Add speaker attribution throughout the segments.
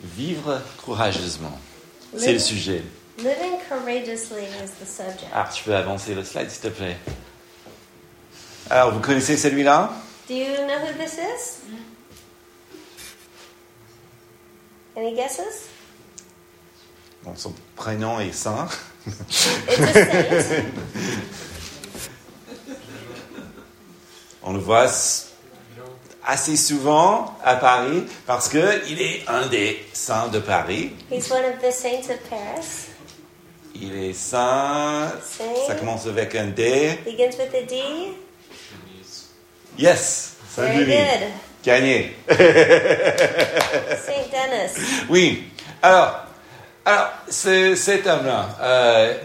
Speaker 1: Vivre courageusement, c'est le sujet.
Speaker 2: Living courageously is the subject.
Speaker 1: Ah, tu peux avancer le slide, s'il te plaît. Alors, vous connaissez celui-là
Speaker 2: Do you know who this is? Any guesses?
Speaker 1: Bon, son prénom est Saint.
Speaker 2: It's a saint.
Speaker 1: On le voit s- assez souvent à Paris parce qu'il est un des saints de Paris.
Speaker 2: He's one of the saints of Paris.
Speaker 1: Il est saint. Ça
Speaker 2: Saint
Speaker 1: commence avec un D.
Speaker 2: begins with a D.
Speaker 1: Yes, Saint
Speaker 2: Very
Speaker 1: Denis.
Speaker 2: good.
Speaker 1: Gagné.
Speaker 2: Saint Dennis.
Speaker 1: Oui. Alors, alors ce- cet homme-là, euh,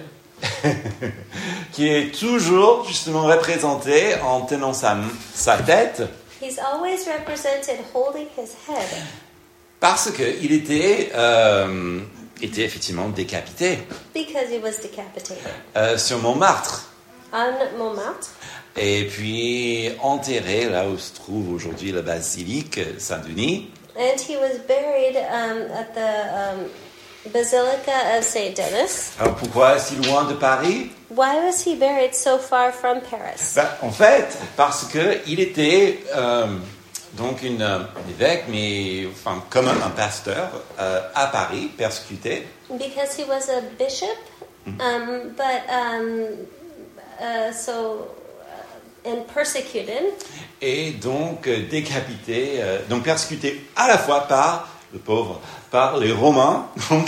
Speaker 1: qui est toujours justement représenté en tenant sa, sa tête,
Speaker 2: He's always represented holding his head
Speaker 1: parce qu'il était, euh, était effectivement décapité
Speaker 2: because he was decapitated
Speaker 1: euh, sur Montmartre.
Speaker 2: on Montmartre
Speaker 1: Et puis enterré là où se trouve aujourd'hui la basilique Saint-Denis.
Speaker 2: and he was buried um, at the um, Basilica of Saint Denis.
Speaker 1: Alors pourquoi si loin de Paris
Speaker 2: Why was he buried so far from Paris?
Speaker 1: Ben, en fait, parce qu'il était euh, donc une, euh, un évêque, mais enfin, comme un pasteur euh, à Paris, persécuté.
Speaker 2: Because he was a bishop, um, but um, uh, so uh, and persecuted,
Speaker 1: et donc euh, décapité, euh, donc persécuté à la fois par le pauvre, par les Romains, donc,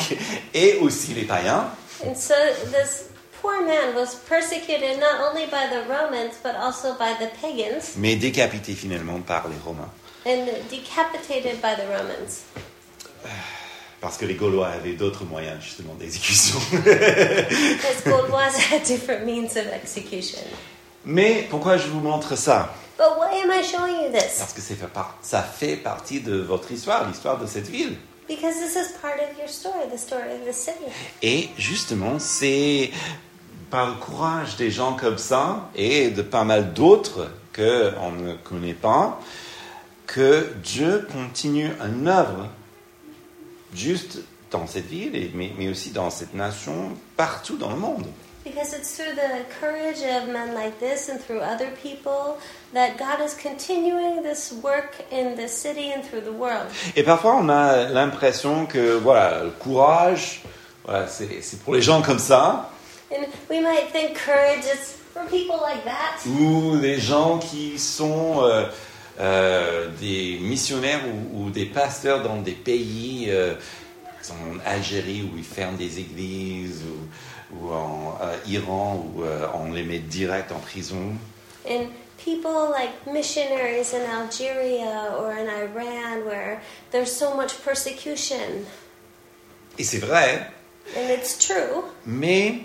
Speaker 1: et aussi les païens.
Speaker 2: and so this poor man was persecuted not only by the Romans but also by the pagans
Speaker 1: mais décapité finalement par les Romains.
Speaker 2: and decapitated by the Romans
Speaker 1: Parce que les Gaulois avaient d'autres moyens justement d'exécution.
Speaker 2: because Gaulois had different means of execution.
Speaker 1: Mais pourquoi je vous montre ça
Speaker 2: But why am I showing you this?
Speaker 1: Parce que c'est fait par- ça fait partie de votre histoire, l'histoire de cette ville.
Speaker 2: Because this is part of your story, the story of the city.
Speaker 1: Et justement, c'est par le courage des gens comme ça et de pas mal d'autres que on ne connaît pas que Dieu continue une œuvre juste dans cette ville, et- mais, mais aussi dans cette nation, partout dans le monde.
Speaker 2: Because it's through the courage of men like this and through other people that God is continuing this work in the city and through the world.
Speaker 1: Et parfois, on a l'impression que voilà, le courage, voilà, c'est c'est pour les gens comme ça,
Speaker 2: And we might think courage is for people like that,
Speaker 1: ou des gens qui sont euh, euh, des missionnaires ou, ou des pasteurs dans des pays, euh, par exemple en Algérie où ils ferment des églises, ou, ou en euh, Iran où euh, on les met direct en prison.
Speaker 2: and people like missionaries in Algeria or in Iran where there's so much persecution.
Speaker 1: Et c'est vrai,
Speaker 2: And it's true,
Speaker 1: mais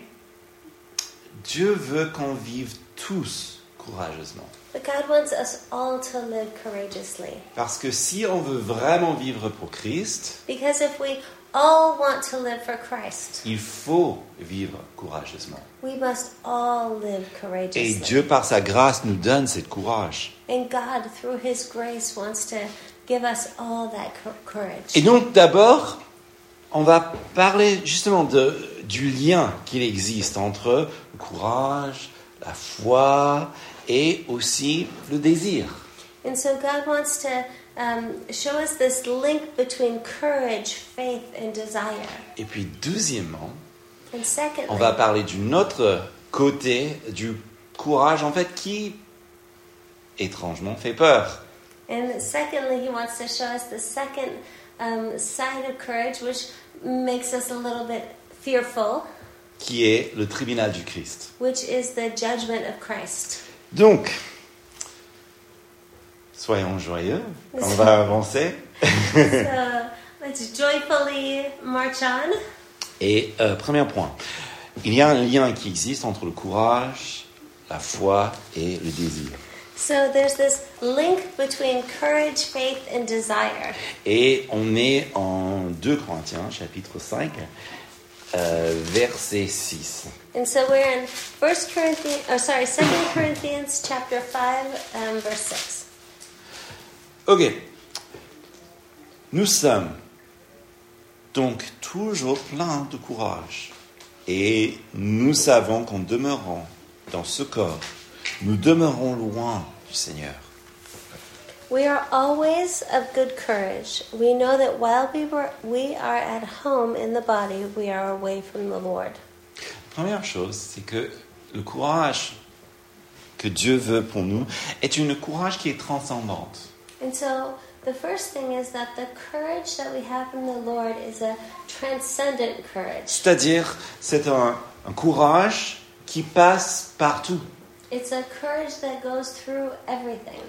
Speaker 1: Dieu veut qu'on vive tous courageusement.
Speaker 2: but God wants us all to live courageously.
Speaker 1: Parce que si on veut vraiment vivre pour Christ,
Speaker 2: Because if we all want to live for Christ,
Speaker 1: il faut vivre courageusement.
Speaker 2: we must all live courageously.
Speaker 1: Et Dieu, par sa grâce, nous donne cette courage.
Speaker 2: And God, through His grace, wants to give us all that cour- courage.
Speaker 1: Et donc d'abord, on va parler justement de, du lien qu'il existe entre le courage, la foi et aussi le désir.
Speaker 2: And so God wants to um, show us this link between courage, faith, and desire.
Speaker 1: Et puis deuxièmement,
Speaker 2: And secondly,
Speaker 1: on va parler d'un autre côté du courage en fait qui étrangement fait peur.
Speaker 2: and secondly, He wants to show us the second um, side of courage, which makes us a little bit fearful,
Speaker 1: qui est le tribunal du Christ.
Speaker 2: which is the judgment of Christ.
Speaker 1: Donc, soyons joyeux, on va avancer.
Speaker 2: So let's joyfully march on.
Speaker 1: Et euh, premier point, il y a un lien qui existe entre le courage, la foi et le désir.
Speaker 2: So there's this link between courage, faith, and desire.
Speaker 1: Et on est en 2 Corinthiens, chapitre 5, euh, verset 6.
Speaker 2: And so we're in First Corinthians, or sorry, Second Corinthians chapter five, um, verse six.
Speaker 1: Ok. Nous sommes Donc toujours plein de courage. Et nous savons qu'en demeurant dans ce corps, nous demeurons loin du Seigneur.
Speaker 2: We are always of good courage. We know that while we, were, we are at home in the body, we are away from the Lord.
Speaker 1: Première chose, c'est que le courage que Dieu veut pour nous est une courage qui est transcendante.
Speaker 2: And so the first thing is that the courage that we have from the Lord is a transcendent courage.
Speaker 1: C'est-à-dire, c'est un, un courage qui passe partout,
Speaker 2: It's a courage that goes through everything,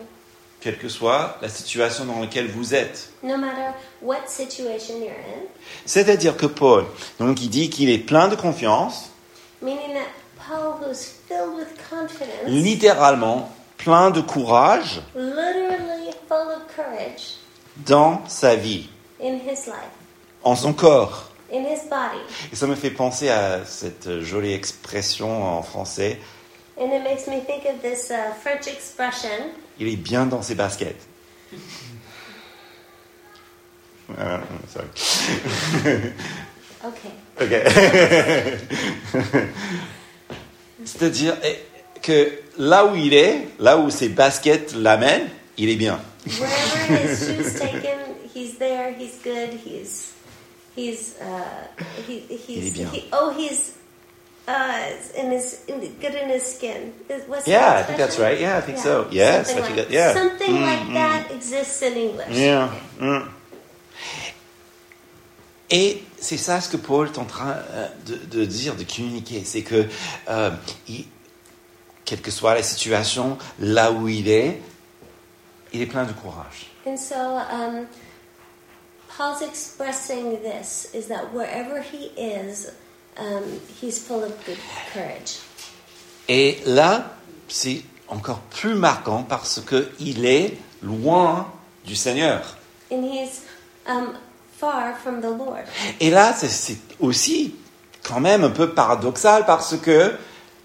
Speaker 1: quelle que soit la situation dans laquelle vous êtes.
Speaker 2: no matter what situation you're in.
Speaker 1: C'est-à-dire que Paul, donc, il dit qu'il est plein de confiance,
Speaker 2: Meaning that Paul, who's filled with confidence,
Speaker 1: littéralement plein de courage
Speaker 2: literally full of courage
Speaker 1: dans sa vie,
Speaker 2: in his life,
Speaker 1: en son corps.
Speaker 2: in his body.
Speaker 1: Et ça me fait penser à cette jolie expression en français,
Speaker 2: And it makes me think of this uh, French expression
Speaker 1: il est bien dans ses baskets. Ah, sorry.
Speaker 2: Okay.
Speaker 1: Ok. C'est-à-dire eh, que là où il est, là où ses baskets l'amènent, il est bien.
Speaker 2: Wherever his shoes take him, he's there. He's good. He's he's uh, he,
Speaker 1: Il est
Speaker 2: he's
Speaker 1: bien.
Speaker 2: he, oh he's uh, in his in, good in his skin. Is- What's
Speaker 1: Yeah,
Speaker 2: that
Speaker 1: I think that's
Speaker 2: expression?
Speaker 1: right. Yeah, I think so. Yes,
Speaker 2: something
Speaker 1: I think
Speaker 2: like,
Speaker 1: that- yeah.
Speaker 2: something
Speaker 1: Mm,
Speaker 2: like that exists in English.
Speaker 1: Yeah. Mm. Et c'est ça ce que Paul est en train euh, de, de dire, de communiquer. C'est que, euh, il- quelle que soit la situation, là où il est, il est plein de courage.
Speaker 2: And so um, Paul's expressing this is that wherever he is, um, he's full of good courage.
Speaker 1: Et là, c'est encore plus marquant parce qu'il est loin du Seigneur.
Speaker 2: and he's um, far from the Lord.
Speaker 1: Et là, c'est- c'est aussi quand même un peu paradoxal parce que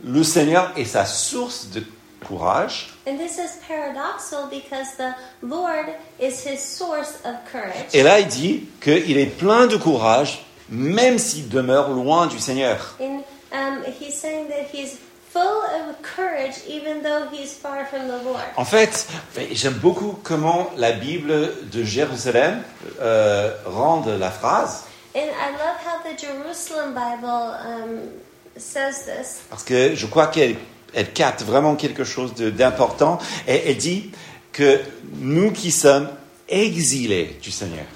Speaker 1: le Seigneur est sa source de courage
Speaker 2: And this is paradoxal because the Lord is his source of courage.
Speaker 1: Et là, il dit qu'il est plein de courage, même s'il demeure loin du Seigneur.
Speaker 2: And um, he's saying that he's full of courage even though he's far from the Lord.
Speaker 1: En fait, ben, j'aime beaucoup comment la Bible de Jérusalem euh, rend la phrase,
Speaker 2: And I love how the Jerusalem Bible um, says this.
Speaker 1: parce que je crois qu'elle elle capte vraiment quelque chose de- d'important. Et elle dit que nous qui sommes exilés du Seigneur.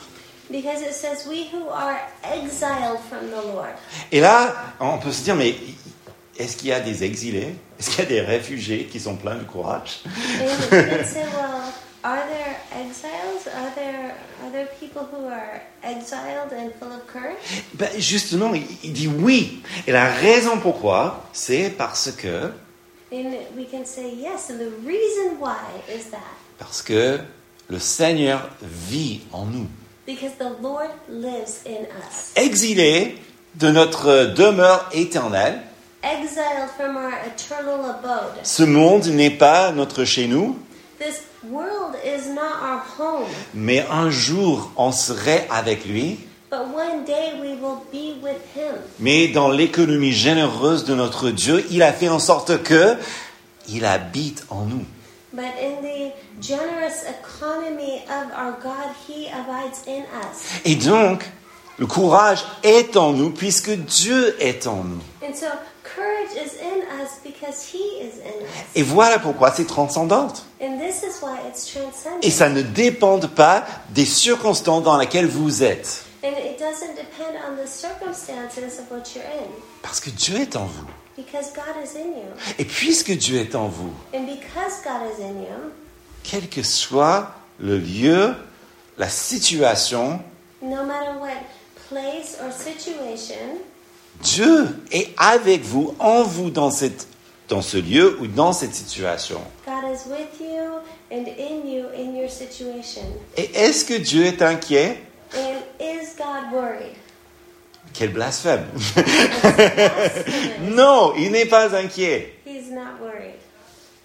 Speaker 2: Because it says, We who are exiled from the Lord.
Speaker 1: Et là, on peut se dire, mais est-ce qu'il y a des exilés Est-ce qu'il y a des réfugiés qui sont pleins de courage
Speaker 2: And you could say, well, are there exiles? Are there are there people who are exiled and full of courage?
Speaker 1: Ben, justement, il, il dit oui. Et la raison pourquoi, c'est parce que,
Speaker 2: And we can say yes, and the reason why is that
Speaker 1: parce que le Seigneur vit en nous.
Speaker 2: because the Lord lives in us.
Speaker 1: Exilé de notre demeure éternelle,
Speaker 2: Exiled from our eternal abode.
Speaker 1: ce monde n'est pas notre chez nous,
Speaker 2: This world is not our home,
Speaker 1: mais un jour on serait avec lui.
Speaker 2: but one day we will be with him.
Speaker 1: Mais dans l'économie généreuse de notre Dieu, il a fait en sorte que il habite en nous.
Speaker 2: But in the generous economy of our God, he abides in us.
Speaker 1: Et donc, le courage est en nous puisque Dieu est en nous.
Speaker 2: And so courage is in us because He is in us.
Speaker 1: Et voilà pourquoi c'est transcendante.
Speaker 2: And this is why it's
Speaker 1: Et
Speaker 2: transcendent.
Speaker 1: ça ne dépend pas des circonstances dans lesquelles vous êtes.
Speaker 2: And it doesn't depend on the circumstances of what you're in
Speaker 1: Parce que Dieu est en vous.
Speaker 2: because God is in you.
Speaker 1: Et puisque Dieu est en vous,
Speaker 2: And because God is in you,
Speaker 1: quel que soit le lieu, la situation,
Speaker 2: no matter what place or situation,
Speaker 1: Dieu est avec vous, en vous, dans, cette- dans ce lieu ou dans cette situation.
Speaker 2: God is with you and in you in your situation.
Speaker 1: Et est-ce que Dieu est inquiet
Speaker 2: And is God worried?
Speaker 1: Quel blasphème
Speaker 2: Blasphemous.
Speaker 1: Non, il n'est pas inquiet.
Speaker 2: He's not worried.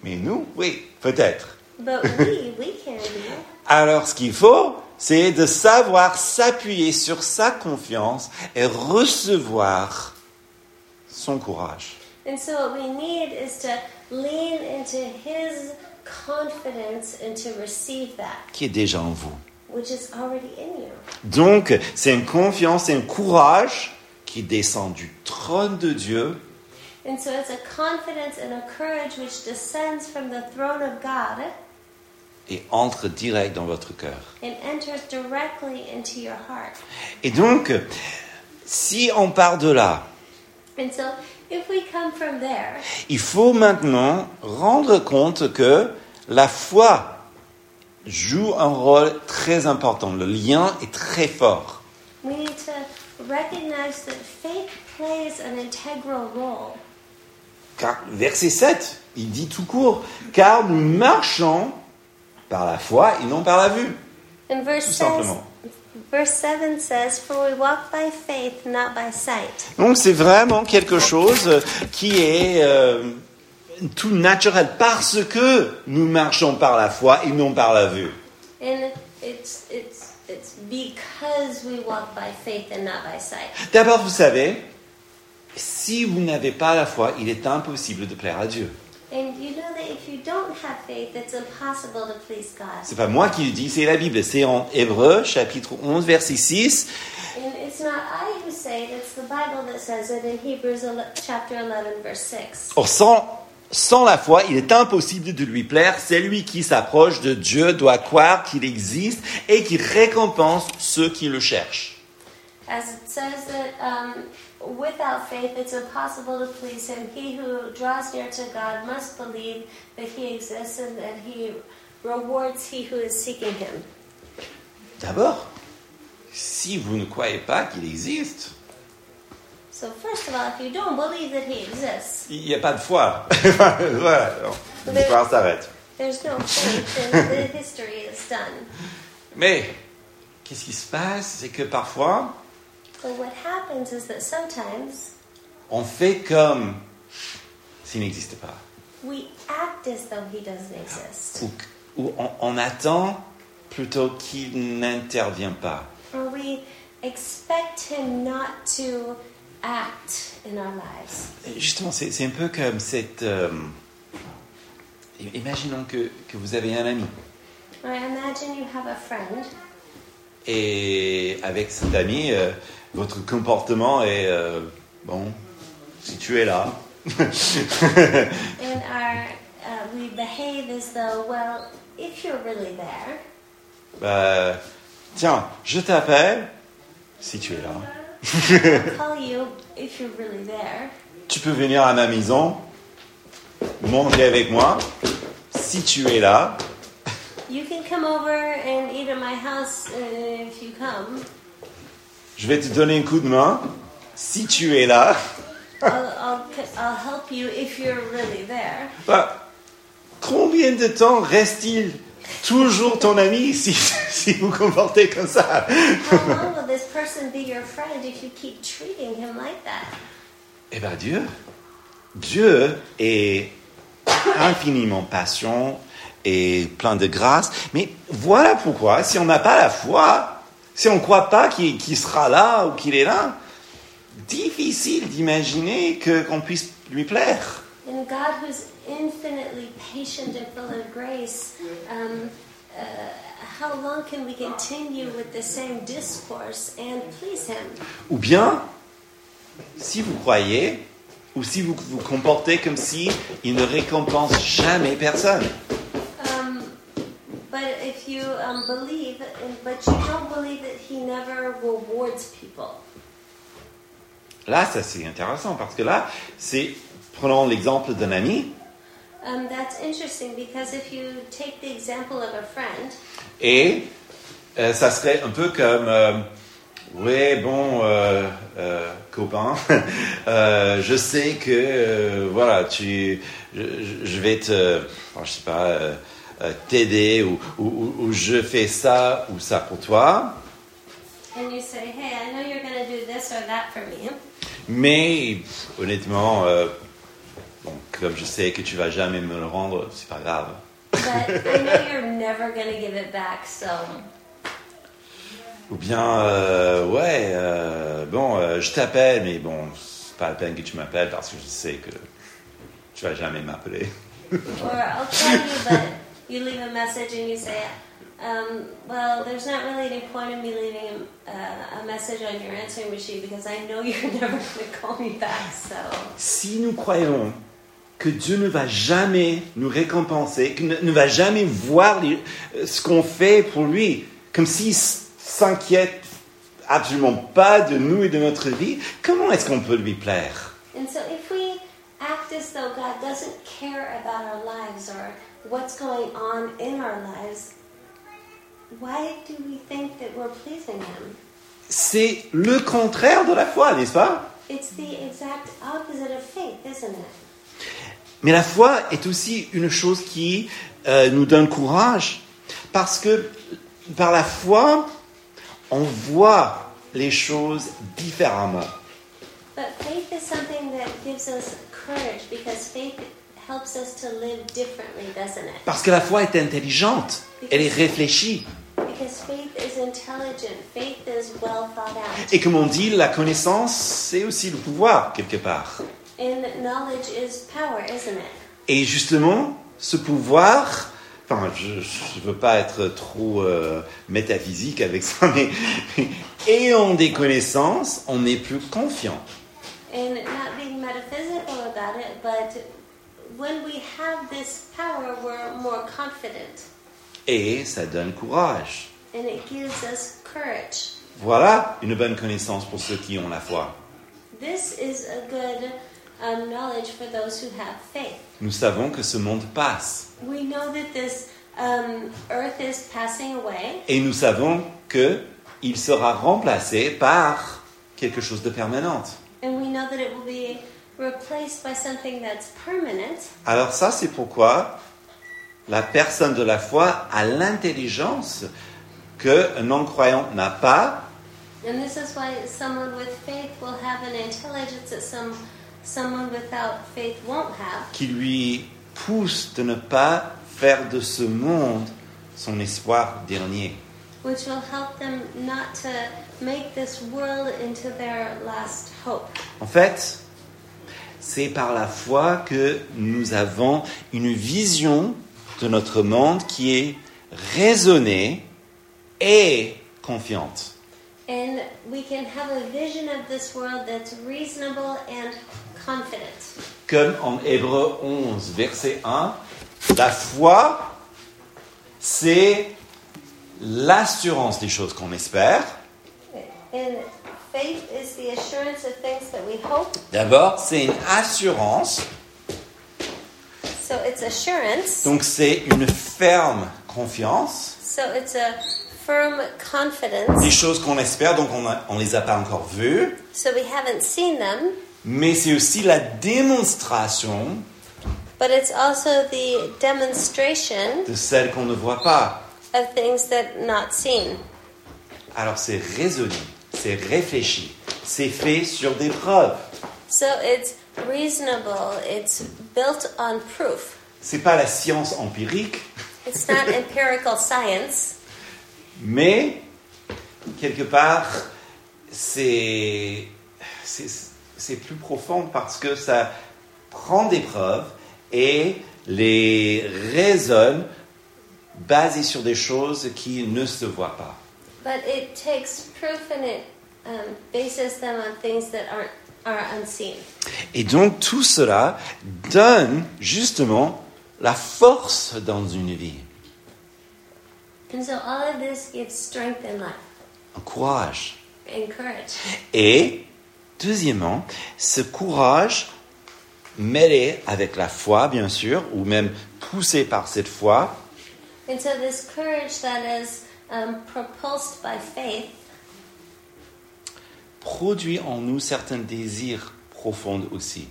Speaker 1: Mais nous, oui, peut-être.
Speaker 2: But we, we can be.
Speaker 1: Alors ce qu'il faut, c'est de savoir s'appuyer sur sa confiance et recevoir son courage.
Speaker 2: And so, what we need is to lean into His confidence and to receive that,
Speaker 1: qui est déjà en vous.
Speaker 2: which is already in you.
Speaker 1: Donc, c'est une confiance et un courage qui descend du trône de Dieu
Speaker 2: And so, it's a confidence and a courage which descends from the throne of God
Speaker 1: et entre direct dans votre cœur.
Speaker 2: and enters directly into your heart.
Speaker 1: Et donc, si on part de là,
Speaker 2: And so, if we come from there,
Speaker 1: il faut maintenant rendre compte que la foi joue un rôle très important. Le lien est très fort.
Speaker 2: we need to recognize that faith plays an integral role.
Speaker 1: Car, verset 7, il dit tout court, car nous marchons par la foi et non par la vue.
Speaker 2: And verse
Speaker 1: Tout
Speaker 2: says,
Speaker 1: simplement.
Speaker 2: verse seven says, "For we walk by faith, not by sight."
Speaker 1: Donc c'est vraiment quelque chose qui est euh, tout naturel parce que nous marchons par la foi et non par la vue.
Speaker 2: And it's it's it's because we walk by faith and not by sight.
Speaker 1: D'abord, vous savez, si vous n'avez pas la foi, il est impossible de plaire à Dieu.
Speaker 2: And you know that if you don't have faith, it's impossible to please God.
Speaker 1: C'est pas moi qui le dis, c'est la Bible. C'est en Hébreu, chapitre 11, verset 6.
Speaker 2: And it's not I who say it; it's the Bible that says it in Hebrews ele- chapter eleven, verse six.
Speaker 1: Or, sans, sans la foi, il est impossible de lui plaire. Celui qui s'approche de Dieu doit croire qu'il existe et qu'il récompense ceux qui le cherchent.
Speaker 2: As it says that um, without faith it's impossible to please him. He who draws near to God must believe that he exists and that he rewards he who is seeking him.
Speaker 1: D'abord, si vous ne croyez pas qu'il existe,
Speaker 2: So, first of all, if you don't believe that he exists,
Speaker 1: il n'y a pas de foi. voilà, alors, l'histoire s'arrête.
Speaker 2: there's no faith, and the history is done.
Speaker 1: Mais qu'est-ce qui se passe C'est que parfois,
Speaker 2: But what happens is that sometimes
Speaker 1: on fait comme s'il n'existe pas.
Speaker 2: we act as though he doesn't exist,
Speaker 1: Ou, ou on, on attend plutôt qu'il n'intervient pas.
Speaker 2: or we expect him not to act in our lives.
Speaker 1: Et Justement, c'est c'est un peu comme cette... euh, i- imaginons que, que vous avez un ami.
Speaker 2: Or imagine you have a friend,
Speaker 1: Et avec cet ami, euh, votre comportement est... euh, bon, si tu es là.
Speaker 2: and our uh, we behave as though, well, if you're really there,
Speaker 1: bah, tiens, je t'appelle. Si tu es là.
Speaker 2: I'll call you if you're really there.
Speaker 1: Tu peux venir à ma maison, manger avec moi, si tu es là.
Speaker 2: You can come over and eat at my house uh, if you come.
Speaker 1: Je vais te donner un coup de main, si tu es là.
Speaker 2: I'll, I'll, c- I'll help you if you're really there.
Speaker 1: Bah, combien de temps reste-t-il toujours ton ami si, si vous comportez comme ça
Speaker 2: How long will this person be your friend if you keep treating him like that?
Speaker 1: Eh bien Dieu, Dieu est infiniment patient et plein de grâce. Mais voilà pourquoi, si on n'a pas la foi, si on ne croit pas qu'il qu'il sera là ou qu'il est là, difficile d'imaginer que- qu'on puisse lui plaire.
Speaker 2: And God, who's infinitely patient and full of grace, um, uh, how long can we continue with the same discourse and please Him?
Speaker 1: Ou bien, si vous croyez, ou si vous vous comportez comme si il ne récompense jamais personne.
Speaker 2: Um, but if you um, believe, and- but you don't believe that He never rewards people.
Speaker 1: Là, ça c'est intéressant parce que là, c'est, prenons l'exemple d'un ami,
Speaker 2: Um, that's interesting because if you take the example of a friend,
Speaker 1: Et euh, ça serait un peu comme, euh, ouais, bon, euh, euh, copain, euh, je sais que, euh, voilà, tu, je, je- je vais te, enfin, je sais pas, euh, euh, t'aider ou, ou- ou- ou je fais ça ou ça pour toi,
Speaker 2: and you say, "Hey, I know you're going to do this or that for me."
Speaker 1: mais honnêtement, euh, bon, comme je sais que tu vas jamais me le rendre, c'est pas grave.
Speaker 2: But I know you're never going to give it back, so
Speaker 1: Ou bien, euh, ouais, euh, bon, euh, je t'appelle, mais bon, c'est pas la peine que tu m'appelles parce que je sais que tu vas jamais m'appeler.
Speaker 2: Or I'll call you, but you leave a message and you say, um, well, there's not really any point in me leaving uh, a, a message on your answering machine because I know you're never going to call me back. So,
Speaker 1: Si nous croyons que Dieu ne va jamais nous récompenser, qu'il ne, ne va jamais voir les- euh, ce qu'on fait pour lui, comme s'il s- s'inquiète absolument pas de nous et de notre vie, comment est-ce qu'on peut lui plaire
Speaker 2: and so if we act as though God doesn't care about our lives or what's going on in our lives, why do we think that we're pleasing Him?
Speaker 1: C'est le contraire de la foi, n'est-ce pas
Speaker 2: It's the exact opposite of faith, isn't it?
Speaker 1: Mais la foi est aussi une chose qui euh, nous donne courage, parce que par la foi, on voit les choses différemment.
Speaker 2: But faith is something that gives us courage because faith helps us to live differently, doesn't it?
Speaker 1: Parce que la foi est intelligente, elle est réfléchie.
Speaker 2: Because faith is intelligent, faith is well thought out,
Speaker 1: Et comme on dit, la connaissance, c'est aussi le pouvoir, quelque part.
Speaker 2: and knowledge is power, isn't it?
Speaker 1: Et justement, ce pouvoir, enfin, je ne veux pas être trop euh, métaphysique avec ça, mais ayant des connaissances, on est plus confiant.
Speaker 2: And not being metaphysical about it, but when we have this power, we're more confident,
Speaker 1: Et ça donne courage.
Speaker 2: and it gives us courage.
Speaker 1: Voilà une bonne connaissance pour ceux qui ont la foi.
Speaker 2: This is a good um, knowledge for those who have faith.
Speaker 1: Nous savons que ce monde passe.
Speaker 2: We know that this um, earth is passing away,
Speaker 1: Et nous savons que il sera remplacé par quelque chose de permanent.
Speaker 2: and we know that it will be replaced by something that's permanent.
Speaker 1: Alors ça, c'est pourquoi la personne de la foi a l'intelligence que un non-croyant n'a pas.
Speaker 2: And this is why someone with faith will have an intelligence that some someone without faith won't have,
Speaker 1: qui lui pousse de ne pas faire de ce monde son espoir dernier.
Speaker 2: which will help them not to make this world into their last hope.
Speaker 1: En fait, c'est par la foi que nous avons une vision de notre monde qui est raisonnée et confiante.
Speaker 2: And we can have a vision of this world that's reasonable and confident.
Speaker 1: Comme en Hébreu 11, verset 1, la foi, c'est l'assurance des choses qu'on espère.
Speaker 2: And faith is the assurance of things that we hope.
Speaker 1: D'abord, c'est une assurance,
Speaker 2: So it's assurance.
Speaker 1: donc c'est une ferme confiance.
Speaker 2: So it's a firm
Speaker 1: Des
Speaker 2: confidence.
Speaker 1: choses qu'on espère, donc on a- on les a pas encore vues.
Speaker 2: So we haven't seen them,
Speaker 1: mais c'est aussi la démonstration
Speaker 2: but it's also the demonstration
Speaker 1: de celle qu'on ne voit pas.
Speaker 2: of things that not seen.
Speaker 1: Alors c'est raisonné, c'est réfléchi, c'est fait sur des preuves.
Speaker 2: So it's reasonable. It's built on proof.
Speaker 1: C'est pas la science empirique,
Speaker 2: It's not empirical science,
Speaker 1: mais quelque part c'est c'est c'est plus profond parce que ça prend des preuves et les raisonne basées sur des choses qui ne se voient pas.
Speaker 2: but it takes proof and it um, bases them on things that aren't are unseen.
Speaker 1: Et donc tout cela donne justement la force dans une vie,
Speaker 2: And so all of this gives strength in life
Speaker 1: un courage.
Speaker 2: and courage.
Speaker 1: Et deuxièmement, ce courage mêlé avec la foi, bien sûr, ou même poussé par cette foi,
Speaker 2: And so this courage that is um, propulsed by faith
Speaker 1: produit en nous certains désirs profonds aussi.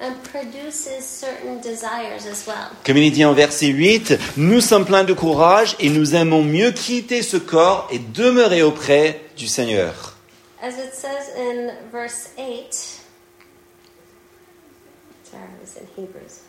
Speaker 2: and um, produces certain desires as well.
Speaker 1: Comme il est dit en verset 8, nous sommes pleins de courage et nous aimons mieux quitter ce corps et demeurer auprès du Seigneur.
Speaker 2: As it says in verse 8, sorry, it was in Hebrews.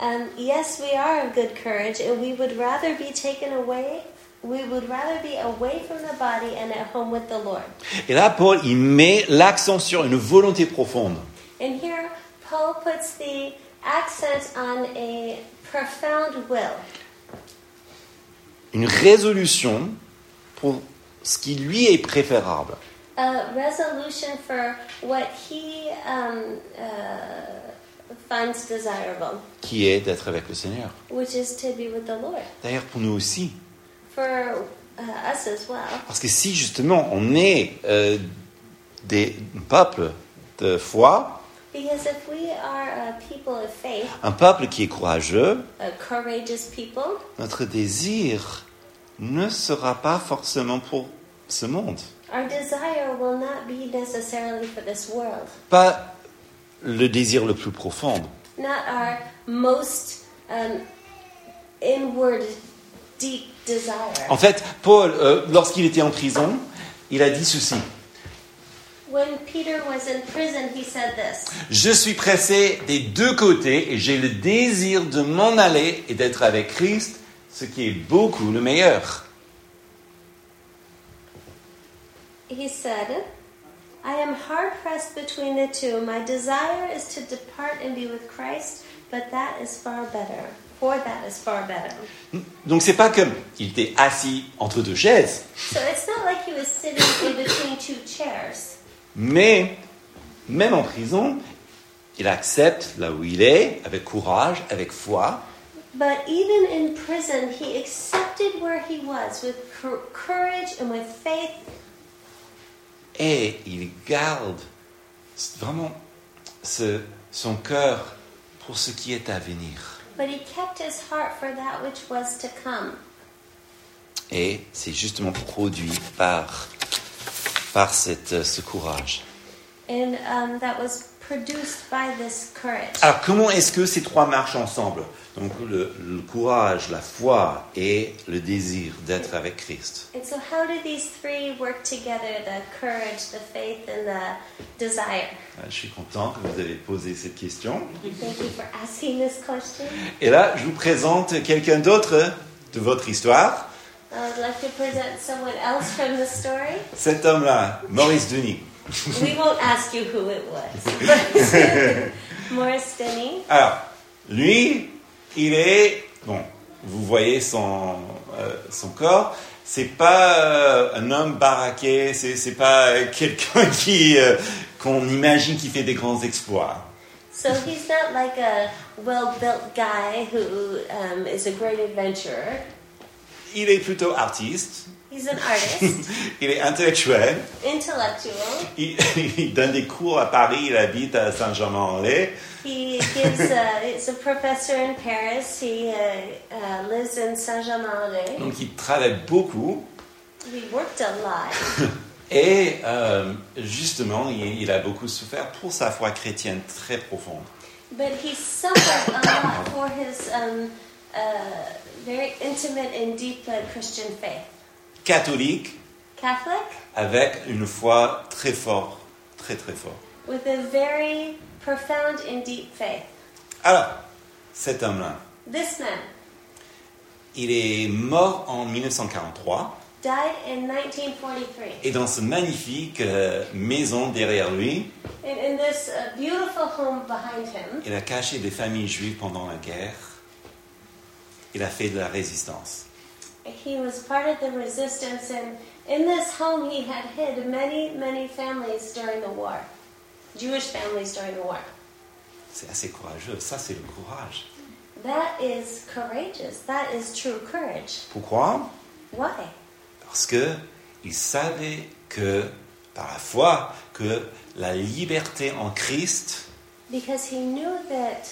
Speaker 2: um, yes, we are of good courage, and we would rather be taken away we would rather be away from the body and at home with the Lord.
Speaker 1: Et là, Paul, il met l'accent sur une volonté profonde.
Speaker 2: And here, Paul puts the accent on a profound will,
Speaker 1: une résolution pour ce qui lui est préférable.
Speaker 2: a resolution for what he um, uh, finds desirable,
Speaker 1: qui est d'être avec le Seigneur.
Speaker 2: which is to be with the Lord.
Speaker 1: D'ailleurs, pour nous aussi.
Speaker 2: For uh, us as well,
Speaker 1: Parce que si justement on est euh, des un peuple de foi,
Speaker 2: because if we are a people of faith,
Speaker 1: un peuple qui est courageux,
Speaker 2: a courageous people,
Speaker 1: notre désir ne sera pas forcément pour ce monde.
Speaker 2: our desire will not be necessarily for this world,
Speaker 1: Pas le désir le plus profond,
Speaker 2: not our most um, inward, deep desire.
Speaker 1: En fait, Paul, euh, lorsqu'il était en prison, il a dit ceci.
Speaker 2: When Peter was in prison, he said this
Speaker 1: Je suis pressé des deux côtés et j'ai le désir de m'en aller et d'être avec Christ, ce qui est beaucoup le meilleur.
Speaker 2: He said, I am hard pressed between the two. My desire is to depart and be with Christ, but that is far better. For that is far better.
Speaker 1: Donc c'est pas comme il était assis entre deux chaises,
Speaker 2: So it's not like he was sitting in between two chairs.
Speaker 1: mais même en prison, il accepte là où il est, avec courage, avec foi,
Speaker 2: But even in prison, he accepted where he was with cour- courage and with faith,
Speaker 1: et il garde vraiment ce- son cœur pour ce qui est à venir.
Speaker 2: but he kept his heart for that which was to come.
Speaker 1: Et c'est justement produit par, par cette, ce courage.
Speaker 2: And um, that was produced by this courage.
Speaker 1: Alors comment est-ce que ces trois marchent ensemble Donc le, le courage, la foi et le désir d'être avec Christ.
Speaker 2: And so, how do these three work together the courage, the faith, and the desire?
Speaker 1: Euh, Je suis content que vous avez posé cette question.
Speaker 2: Thank you for asking this question.
Speaker 1: Et là, je vous présente quelqu'un d'autre de votre histoire.
Speaker 2: I would like to present someone else from the story.
Speaker 1: Cet homme-là, Maurice Denis.
Speaker 2: We won't ask you who it was. Morris Denny.
Speaker 1: Alors, lui, il est... Bon, vous voyez son, euh, son corps. C'est pas euh, un homme baraqué, c'est c'est pas euh, quelqu'un qui euh, qu'on imagine qui fait des grands exploits.
Speaker 2: So he's not like a well-built guy who um, is a great adventurer.
Speaker 1: Il est plutôt artiste,
Speaker 2: He's an artist,
Speaker 1: il est intellectuel,
Speaker 2: intellectual.
Speaker 1: il, il donne des cours à Paris, il habite à Saint-Germain-en-Laye.
Speaker 2: He gives. Uh, he's a professor in Paris. He uh, uh, lives in Saint-Germain-en-Laye.
Speaker 1: Donc il travaille beaucoup
Speaker 2: He worked a lot,
Speaker 1: et euh, justement il, il a beaucoup souffert pour sa foi chrétienne très profonde.
Speaker 2: but he suffered a lot for his um, uh, very intimate and deep uh, Christian faith.
Speaker 1: Catholique
Speaker 2: Catholic
Speaker 1: avec une foi très forte, très très forte.
Speaker 2: with a very profound and deep faith.
Speaker 1: Alors, cet homme-là,
Speaker 2: This man
Speaker 1: il est mort en 1943
Speaker 2: died in 1943.
Speaker 1: et dans ce magnifique euh, maison derrière lui,
Speaker 2: And in this uh, beautiful home behind him,
Speaker 1: Il a caché des familles juives pendant la guerre. Il a fait de la résistance.
Speaker 2: he was part of the resistance, and in this home, he had hid many, many families during the war, Jewish families during the war.
Speaker 1: C'est assez courageux. Ça, c'est le courage.
Speaker 2: That is courageous. That is true courage.
Speaker 1: Pourquoi
Speaker 2: Why?
Speaker 1: Parce que il savait que, par la foi, que la liberté en Christ
Speaker 2: Because he knew that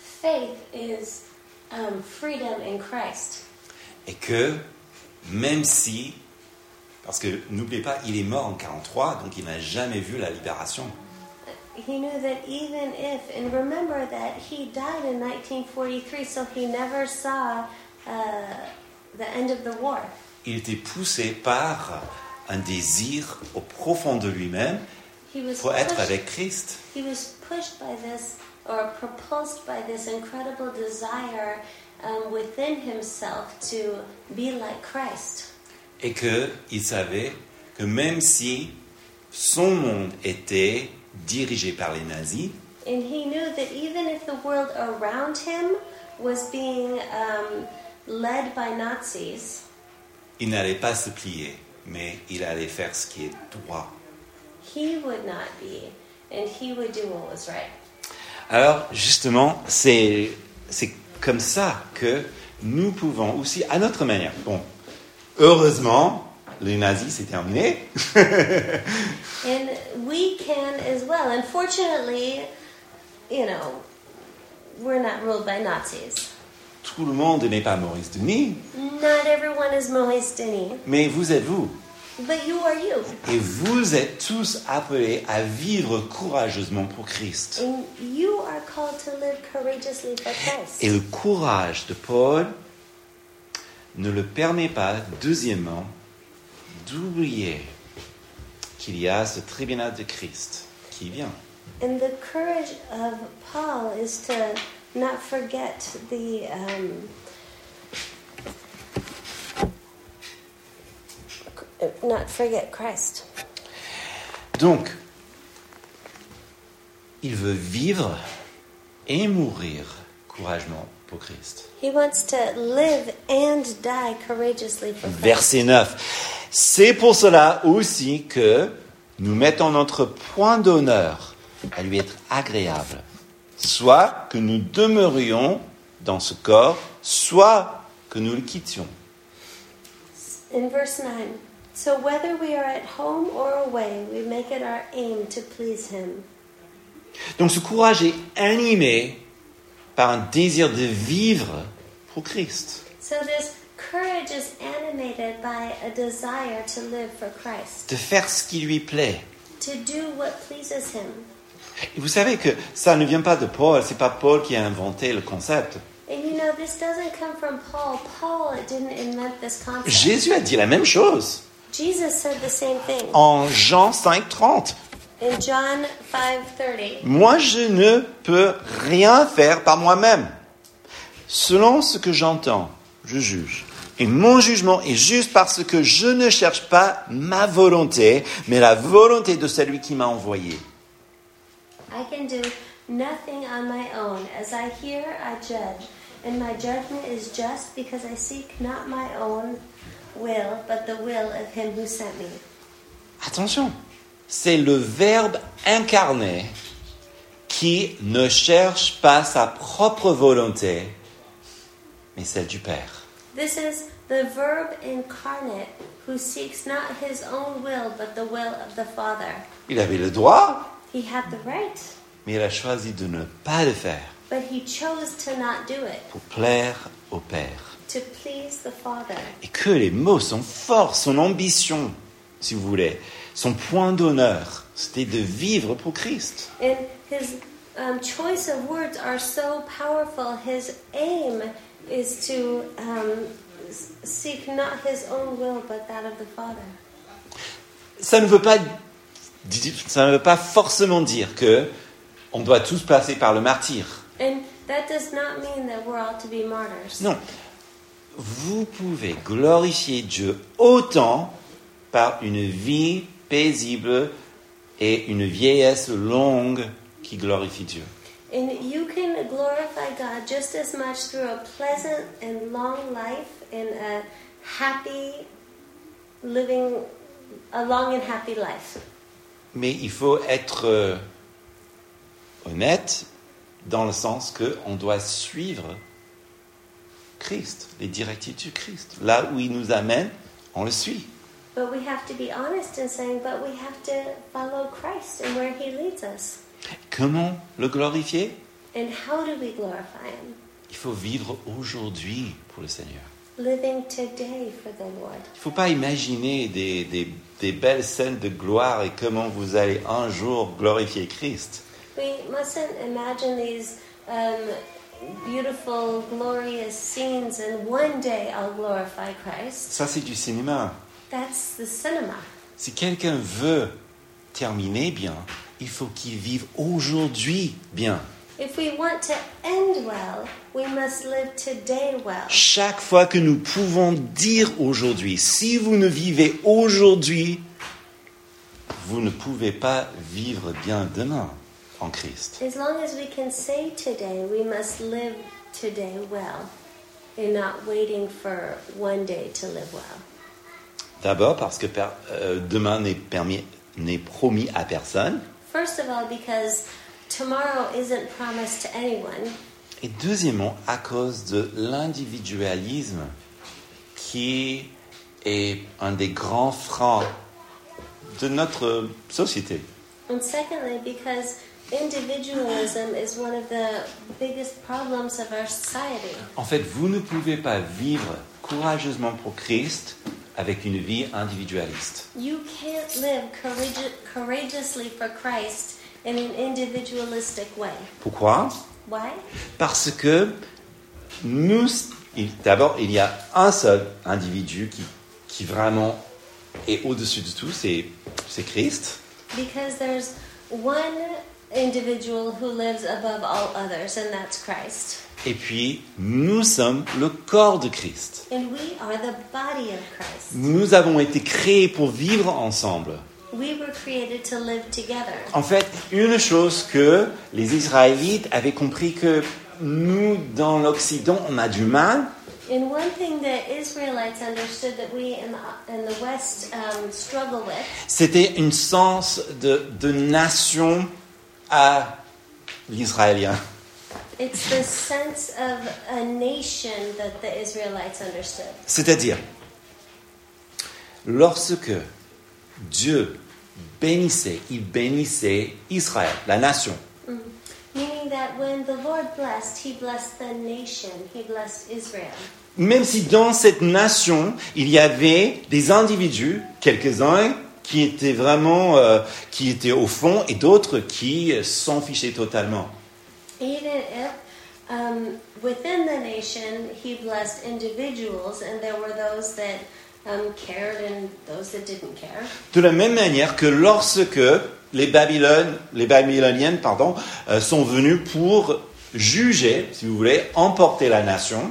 Speaker 2: faith is um, freedom in Christ.
Speaker 1: et que même si, parce que n'oubliez pas, il est mort en 43, donc il n'a jamais vu la libération.
Speaker 2: He knew that even if, and remember that he died in 1943, so he never saw uh, the end of the war.
Speaker 1: Il était poussé par un désir au profond de lui-même
Speaker 2: He was
Speaker 1: pour être
Speaker 2: pushed-
Speaker 1: avec Christ.
Speaker 2: He was pushed by this, or propulsed by this incredible desire um, within himself to be like Christ.
Speaker 1: et qu'il savait que même si son monde était dirigé par les nazis,
Speaker 2: And he knew that even if the world around him was being um, led by Nazis,
Speaker 1: il n'allait pas se plier, mais il allait faire ce qui est droit.
Speaker 2: he would not be, and he would do what was right.
Speaker 1: Alors justement, c'est c'est comme ça que nous pouvons aussi, à notre manière, bon, heureusement, les nazis, c'est terminé,
Speaker 2: And we can as well. Unfortunately, you know, we're not ruled by Nazis.
Speaker 1: tout le monde n'est pas Maurice Denis,
Speaker 2: Not everyone is Moise Dini,
Speaker 1: mais vous êtes vous.
Speaker 2: but you are you.
Speaker 1: Et vous êtes tous appelés à vivre courageusement pour Christ.
Speaker 2: And you are called to live courageously for Christ.
Speaker 1: Et le courage de Paul ne le permet pas, deuxièmement, d'oublier qu'il y a ce tribunal de Christ qui vient.
Speaker 2: And the courage of Paul is to not forget the um, not forget Christ.
Speaker 1: Donc, il veut vivre et mourir courageusement pour Christ.
Speaker 2: He wants to live and die courageously for Christ.
Speaker 1: Verset 9. C'est pour cela aussi que nous mettons notre point d'honneur à lui être agréable, soit que nous demeurions dans ce corps, soit que nous le quittions.
Speaker 2: In verse 9, so whether we are at home or away, we make it our aim to please him.
Speaker 1: Donc ce courage est animé par un désir de vivre pour Christ,
Speaker 2: So this courage is animated by a desire to live for Christ,
Speaker 1: de faire ce qui lui plaît.
Speaker 2: to do what pleases him.
Speaker 1: Et vous savez que ça ne vient pas de Paul, c'est pas Paul qui a inventé le concept.
Speaker 2: And you know, this doesn't come from Paul. Paul didn't invent this concept.
Speaker 1: Jésus a dit la même chose
Speaker 2: Jesus said the same thing
Speaker 1: en Jean 5, 30.
Speaker 2: in John 5:30.
Speaker 1: Moi, je ne peux rien faire par moi-même. Selon ce que j'entends, je juge. Et mon jugement est juste parce que je ne cherche pas ma volonté, mais la volonté de celui qui m'a envoyé.
Speaker 2: I can do nothing on my own. As I hear, I judge, and my judgment is just because I seek not my own will, but the will of him who sent me.
Speaker 1: Attention, c'est le Verbe incarné qui ne cherche pas sa propre volonté, mais celle du Père.
Speaker 2: This is the verb incarnate who seeks not his own will, but the will of the Father.
Speaker 1: Il avait le droit,
Speaker 2: He had the right,
Speaker 1: mais il a choisi de ne pas le faire
Speaker 2: but he chose to not do it,
Speaker 1: pour plaire au Père.
Speaker 2: to please the Father.
Speaker 1: et que les mots sont forts, son ambition, si vous voulez, son point d'honneur, c'était de vivre pour Christ.
Speaker 2: And his um, choice of words are so powerful. His aim is to um, s- seek not his own will, but that of the Father.
Speaker 1: Ça ne veut pas, ça ne veut pas forcément dire que on doit tous passer par le martyr.
Speaker 2: And that does not mean that we're all to be martyrs.
Speaker 1: Non, vous pouvez glorifier Dieu autant par une vie paisible et une vieillesse longue qui glorifie Dieu.
Speaker 2: And you can glorify God just as much through a pleasant and long life and a happy living, a long and happy life.
Speaker 1: Mais il faut être euh, honnête dans le sens que on doit suivre Christ, les directives du Christ. Là où il nous amène, on le suit.
Speaker 2: But we have to be honest in saying, but we have to follow Christ and where He leads us.
Speaker 1: Comment le glorifier
Speaker 2: And how do we glorify Him?
Speaker 1: Il faut vivre aujourd'hui pour le Seigneur.
Speaker 2: Living today for the Lord.
Speaker 1: Il ne faut pas imaginer des, des- des belles scènes de gloire et comment vous allez un jour glorifier Christ.
Speaker 2: We mustn't imagine these um, beautiful, glorious scenes and one day I'll glorify Christ.
Speaker 1: Ça, c'est du cinéma.
Speaker 2: That's the cinema.
Speaker 1: Si quelqu'un veut terminer bien, il faut qu'il vive aujourd'hui bien.
Speaker 2: If we want to end well, we must live today well.
Speaker 1: Chaque fois que nous pouvons dire aujourd'hui, si vous ne vivez aujourd'hui, vous ne pouvez pas vivre bien demain en Christ.
Speaker 2: As long as we can say today, we must live today well and not waiting for one day to live well.
Speaker 1: D'abord parce que per- euh, demain n'est permis- n'est promis à personne.
Speaker 2: First of all, because tomorrow isn't promised to anyone,
Speaker 1: Et deuxièmement, à cause de l'individualisme qui est un des grands freins de notre société.
Speaker 2: and secondly, because individualism is one of the biggest problems of our society.
Speaker 1: En fait, vous ne pouvez pas vivre courageusement pour Christ avec une vie individualiste.
Speaker 2: You can't live courage- courageously for Christ in an individualistic way.
Speaker 1: Pourquoi
Speaker 2: Why?
Speaker 1: Parce que nous, il- d'abord, il y a un seul individu qui, qui vraiment est au-dessus de tout, c'est c'est Christ.
Speaker 2: Because there's one individual who lives above all others, and that's Christ.
Speaker 1: Et puis, nous sommes le corps de Christ.
Speaker 2: And we are the body of Christ.
Speaker 1: Nous avons été créés pour vivre ensemble.
Speaker 2: We were created to live together.
Speaker 1: En fait, une chose que les Israélites avaient compris que nous, dans l'Occident, on a du mal,
Speaker 2: And one thing that Israelites understood that we in the, in the West um, struggle with
Speaker 1: c'était une sens de, de nation à l'israélien.
Speaker 2: it's the sense of a nation that the Israelites understood.
Speaker 1: C'est-à-dire, lorsque Dieu bénissait, il bénissait Israël, la nation.
Speaker 2: Meaning that when the Lord blessed, He blessed the nation, He blessed Israel.
Speaker 1: Même si dans cette nation, il y avait des individus, quelques-uns, qui étaient vraiment, euh, qui étaient au fond et d'autres qui euh, s'en fichaient totalement.
Speaker 2: Even if um, within the nation he blessed individuals, and there were those that um, cared and those that didn't care.
Speaker 1: De la même manière que lorsque les, Babylones, les Babyloniennes pardon, euh, sont venues pour juger, si vous voulez, emporter la nation,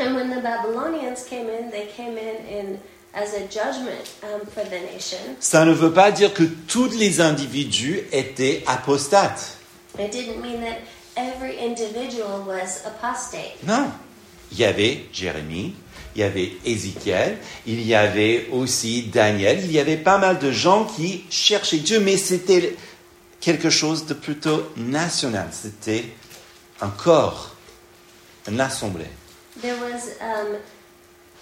Speaker 2: And when the Babylonians came in, they came in, in as a judgment um, for the nation.
Speaker 1: ça ne veut pas dire que tous les individus étaient apostates.
Speaker 2: It didn't mean that every individual was apostate.
Speaker 1: Non. Il y avait Jérémie, il y avait Ézéchiel, il y avait aussi Daniel, il y avait pas mal de gens qui cherchaient Dieu, mais c'était quelque chose de plutôt national. C'était un corps, une assemblée.
Speaker 2: There was um,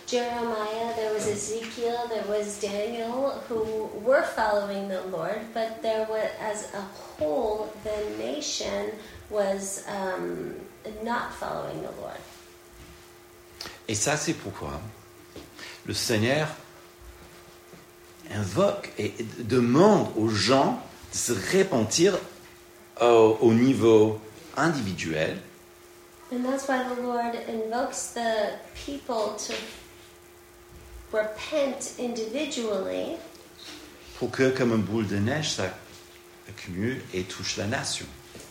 Speaker 2: Jeremiah, there was Ezekiel, there was Daniel, who were following the Lord, but there was, as a whole, the nation was um, not following the Lord.
Speaker 1: Et ça, c'est pourquoi le Seigneur invoque et demande aux gens de se repentir au- au niveau individuel
Speaker 2: And that's why the Lord invokes the people to repent individually
Speaker 1: pour que, comme une boule de neige, ça accumule et touche la nation.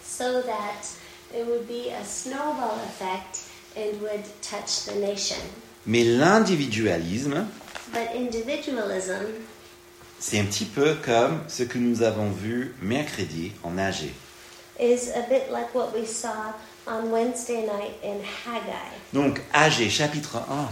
Speaker 2: so that it would be a snowball effect and would touch the nation.
Speaker 1: Mais l'individualisme,
Speaker 2: But individualism
Speaker 1: c'est un petit peu comme ce que nous avons vu mercredi en AG.
Speaker 2: is a bit like what we saw on Wednesday night in Haggai.
Speaker 1: Donc, AG, chapitre 1.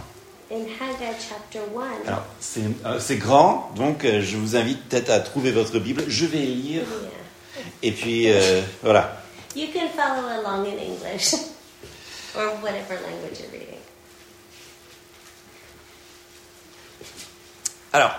Speaker 2: In Haggai chapter 1,
Speaker 1: Alors, c'est euh, c'est grand, donc euh, je vous invite peut-être à trouver votre Bible. Je vais lire,
Speaker 2: yeah.
Speaker 1: et puis euh, voilà.
Speaker 2: you can follow along in English or whatever language you're reading.
Speaker 1: Alors,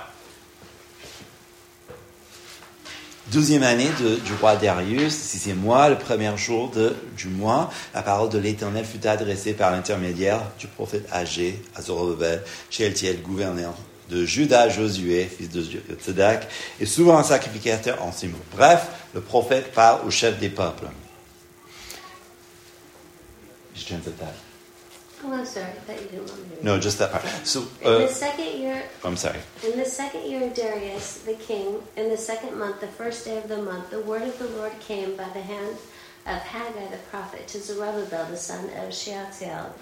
Speaker 1: douzième année de- du roi Darius, sixième mois, le premier jour de- du mois, la parole de l'Éternel fut adressée par l'intermédiaire du prophète Agé à Zorobabel, Shealtiel, gouverneur de Juda, Josué, fils de Tzedek, et souvent un sacrificateur en ces mots. Bref, le prophète parle au chef des peuples. Je viens de that.
Speaker 2: Oh, I'm sorry, I thought you didn't want me to read.
Speaker 1: No, just that part. So,
Speaker 2: In
Speaker 1: uh,
Speaker 2: the second year,
Speaker 1: I'm sorry.
Speaker 2: in the second year of Darius the king, in the second month, the first day of the month, the word of the Lord came by the hand of Haggai the prophet to Zerubbabel the son of Shealtiel,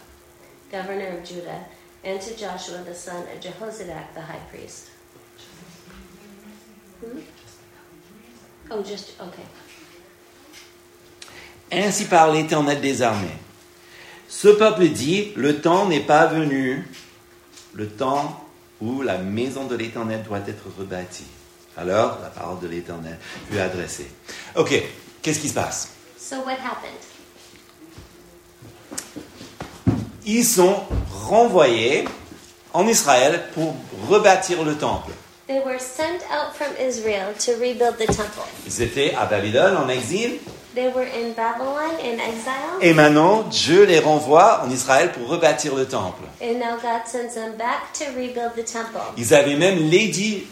Speaker 2: governor of Judah, and to Joshua the son of Jehozadak the high priest. Hmm? Oh, just, okay.
Speaker 1: Ainsi parle l'Éternel des armées. Ce peuple dit, le temps n'est pas venu, le temps où la maison de l'Éternel doit être rebâtie. Alors, la parole de l'Éternel lui est adressée. Ok, qu'est-ce qui se passe
Speaker 2: So what happened?
Speaker 1: Ils sont renvoyés en Israël pour rebâtir le temple.
Speaker 2: They were sent out from Israel to rebuild the temple.
Speaker 1: Ils étaient à Babylone en exil.
Speaker 2: They were in Babylon in exile,
Speaker 1: Et maintenant, Dieu les renvoie en Israël pour rebâtir le temple.
Speaker 2: and now God sends them back to rebuild the temple.
Speaker 1: Ils avaient même l'édit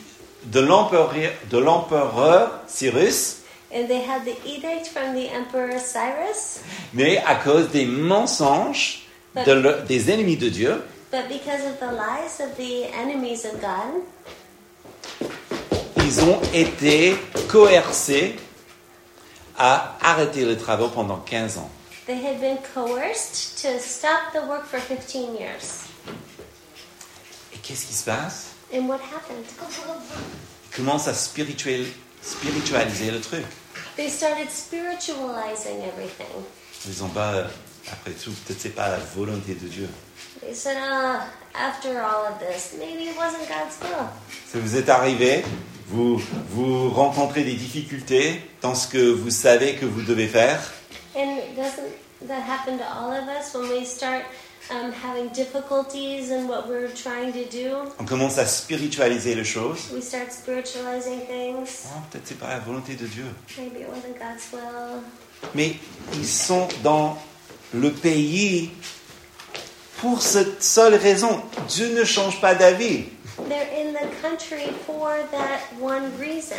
Speaker 1: de l'empereur de l'empereur Cyrus,
Speaker 2: And they had the edict from the Emperor Cyrus,
Speaker 1: mais à cause des mensonges de le- des ennemis de Dieu,
Speaker 2: but because of the lies of the enemies of God,
Speaker 1: ils ont été coercés à arrêter les travaux pendant 15 ans.
Speaker 2: they had been coerced to stop the work for 15 years.
Speaker 1: Et qu'est-ce qui se passe
Speaker 2: And what happened?
Speaker 1: Ils commencent à spirituel- spiritualiser le truc.
Speaker 2: They started spiritualizing everything.
Speaker 1: Ils ont pas, euh, après tout, peut-être c'est pas la volonté de Dieu.
Speaker 2: They said, uh, after all of this, maybe it wasn't God's will.
Speaker 1: Si vous êtes arrivé, vous, vous rencontrez des difficultés dans ce que vous savez que vous devez faire,
Speaker 2: And doesn't that happen to all of us when we start um, having difficulties in what we're trying to do?
Speaker 1: on commence à spiritualiser les choses.
Speaker 2: We start spiritualizing things.
Speaker 1: Ah, Peut-être c'est pas la volonté de Dieu.
Speaker 2: Maybe it wasn't God's will.
Speaker 1: Mais ils sont dans le pays pour cette seule raison. Dieu ne change pas d'avis.
Speaker 2: They're in the country for that one reason.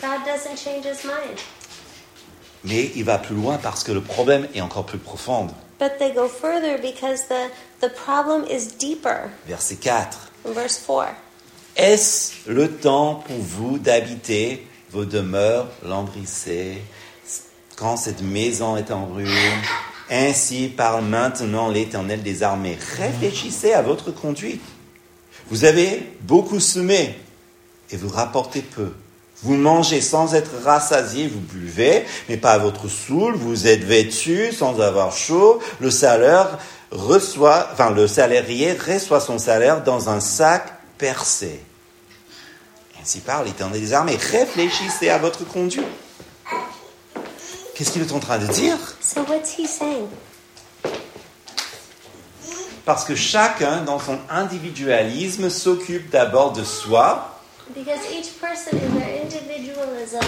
Speaker 2: God doesn't change his mind.
Speaker 1: Mais il va plus loin parce que le problème est encore plus profond.
Speaker 2: But they go further because the, the problem is deeper.
Speaker 1: Verset 4.
Speaker 2: In verse 4.
Speaker 1: Est-ce le temps pour vous d'habiter vos demeures lambrissées quand cette maison est en ruine Ainsi parle maintenant l'Éternel des armées. Réfléchissez à votre conduite. Vous avez beaucoup semé et vous rapportez peu. Vous mangez sans être rassasié, vous buvez, mais pas à votre soul, vous êtes vêtu sans avoir chaud, le salaire reçoit, enfin, le salarié reçoit son salaire dans un sac percé. Ainsi parle l'Éternel des armées. Réfléchissez à votre conduite. Qu'est-ce qu'il est en train de dire
Speaker 2: So what's he saying?
Speaker 1: Parce que chacun, dans son individualisme, s'occupe d'abord de soi,
Speaker 2: Because each person in their individualism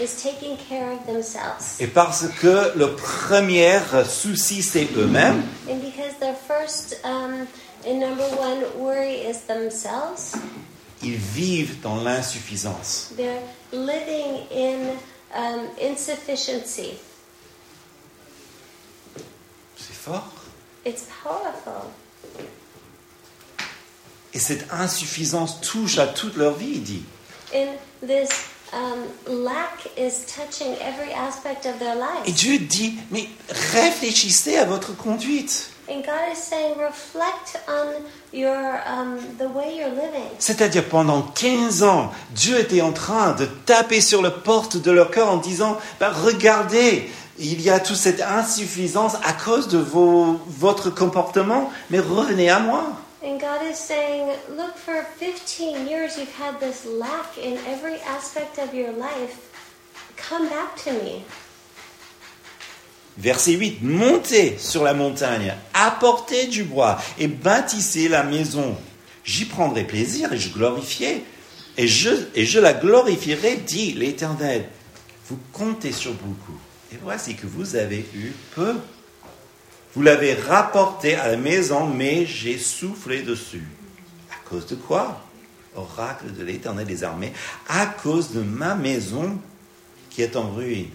Speaker 2: is taking care of themselves.
Speaker 1: Et parce que le premier souci, c'est eux-mêmes,
Speaker 2: And because their first um, and number one worry is themselves,
Speaker 1: ils vivent dans l'insuffisance.
Speaker 2: they're living in um, insufficiency.
Speaker 1: C'est fort.
Speaker 2: It's powerful.
Speaker 1: Et cette insuffisance touche à toute leur vie, il dit.
Speaker 2: And this um, lack is touching every aspect of their
Speaker 1: Et
Speaker 2: life.
Speaker 1: Dieu dit, mais réfléchissez à votre conduite.
Speaker 2: And God is saying, reflect on your um, the way you're living.
Speaker 1: C'est-à-dire pendant 15 ans, Dieu était en train de taper sur la porte de leur cœur en disant, Ben, regardez, il y a toute cette insuffisance à cause de vos- votre comportement, mais revenez à moi.
Speaker 2: And God is saying, look, for 15 years you've had this lack in every aspect of your life. Come back to me.
Speaker 1: Verset 8, montez sur la montagne, apportez du bois et bâtissez la maison. J'y prendrai plaisir et je glorifierai, et je, et je la glorifierai, dit l'Éternel. Vous comptez sur beaucoup, et voici que vous avez eu peu. Vous l'avez rapporté à la maison, mais j'ai soufflé dessus. À cause de quoi Oracle de l'Éternel des armées, à cause de ma maison qui est en ruine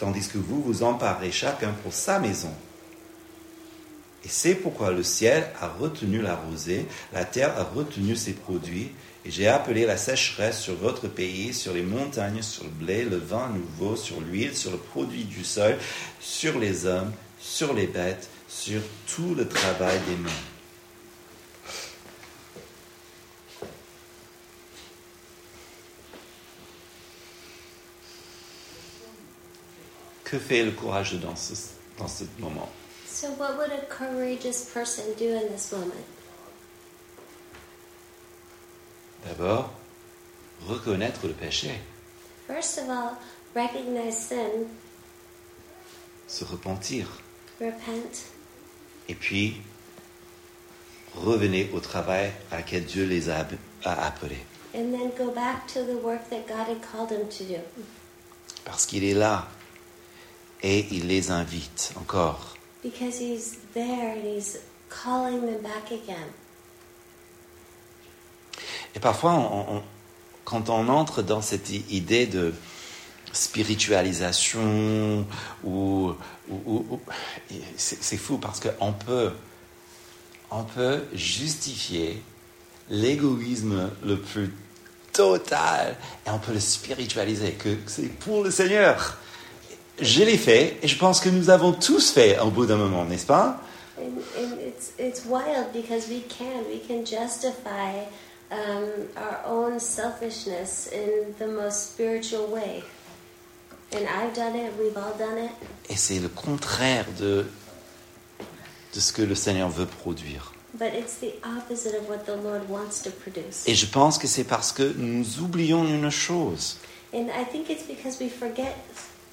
Speaker 1: tandis que vous vous emparez chacun pour sa maison. Et c'est pourquoi le ciel a retenu la rosée, la terre a retenu ses produits, Et j'ai appelé la sécheresse sur votre pays, sur les montagnes, sur le blé, le vin nouveau, sur l'huile, sur le produit du sol, sur les hommes, sur les bêtes, sur tout le travail des mains. Que fait le courage dans ce, dans ce moment
Speaker 2: So, what would a courageous person do in this moment?
Speaker 1: D'abord, reconnaître le péché,
Speaker 2: First of all, recognize sin,
Speaker 1: se repentir,
Speaker 2: repent,
Speaker 1: et puis revenez au travail à laquelle Dieu les a, a appelés.
Speaker 2: and then go back to the work that God had called him to do
Speaker 1: Parce qu'il est là et il les invite encore.
Speaker 2: because he's there and he's calling them back again.
Speaker 1: Et parfois, on- on- quand on entre dans cette i- idée de spiritualisation, ou, ou- ou- ou- c'est c'est fou parce qu'on peut, on peut justifier l'égoïsme le plus total et on peut le spiritualiser, que c'est pour le Seigneur. Je l'ai fait et je pense que nous avons tous fait au bout d'un moment, n'est-ce pas
Speaker 2: And, and it's it's wild because we can we can justify um, our own selfishness in the most spiritual way. And I've done it. We've all done it.
Speaker 1: Et c'est le contraire de, de ce que le Seigneur veut produire.
Speaker 2: But it's the opposite of what the Lord wants to produce.
Speaker 1: Et je pense que c'est parce que nous oublions une chose,
Speaker 2: And I think it's because we forget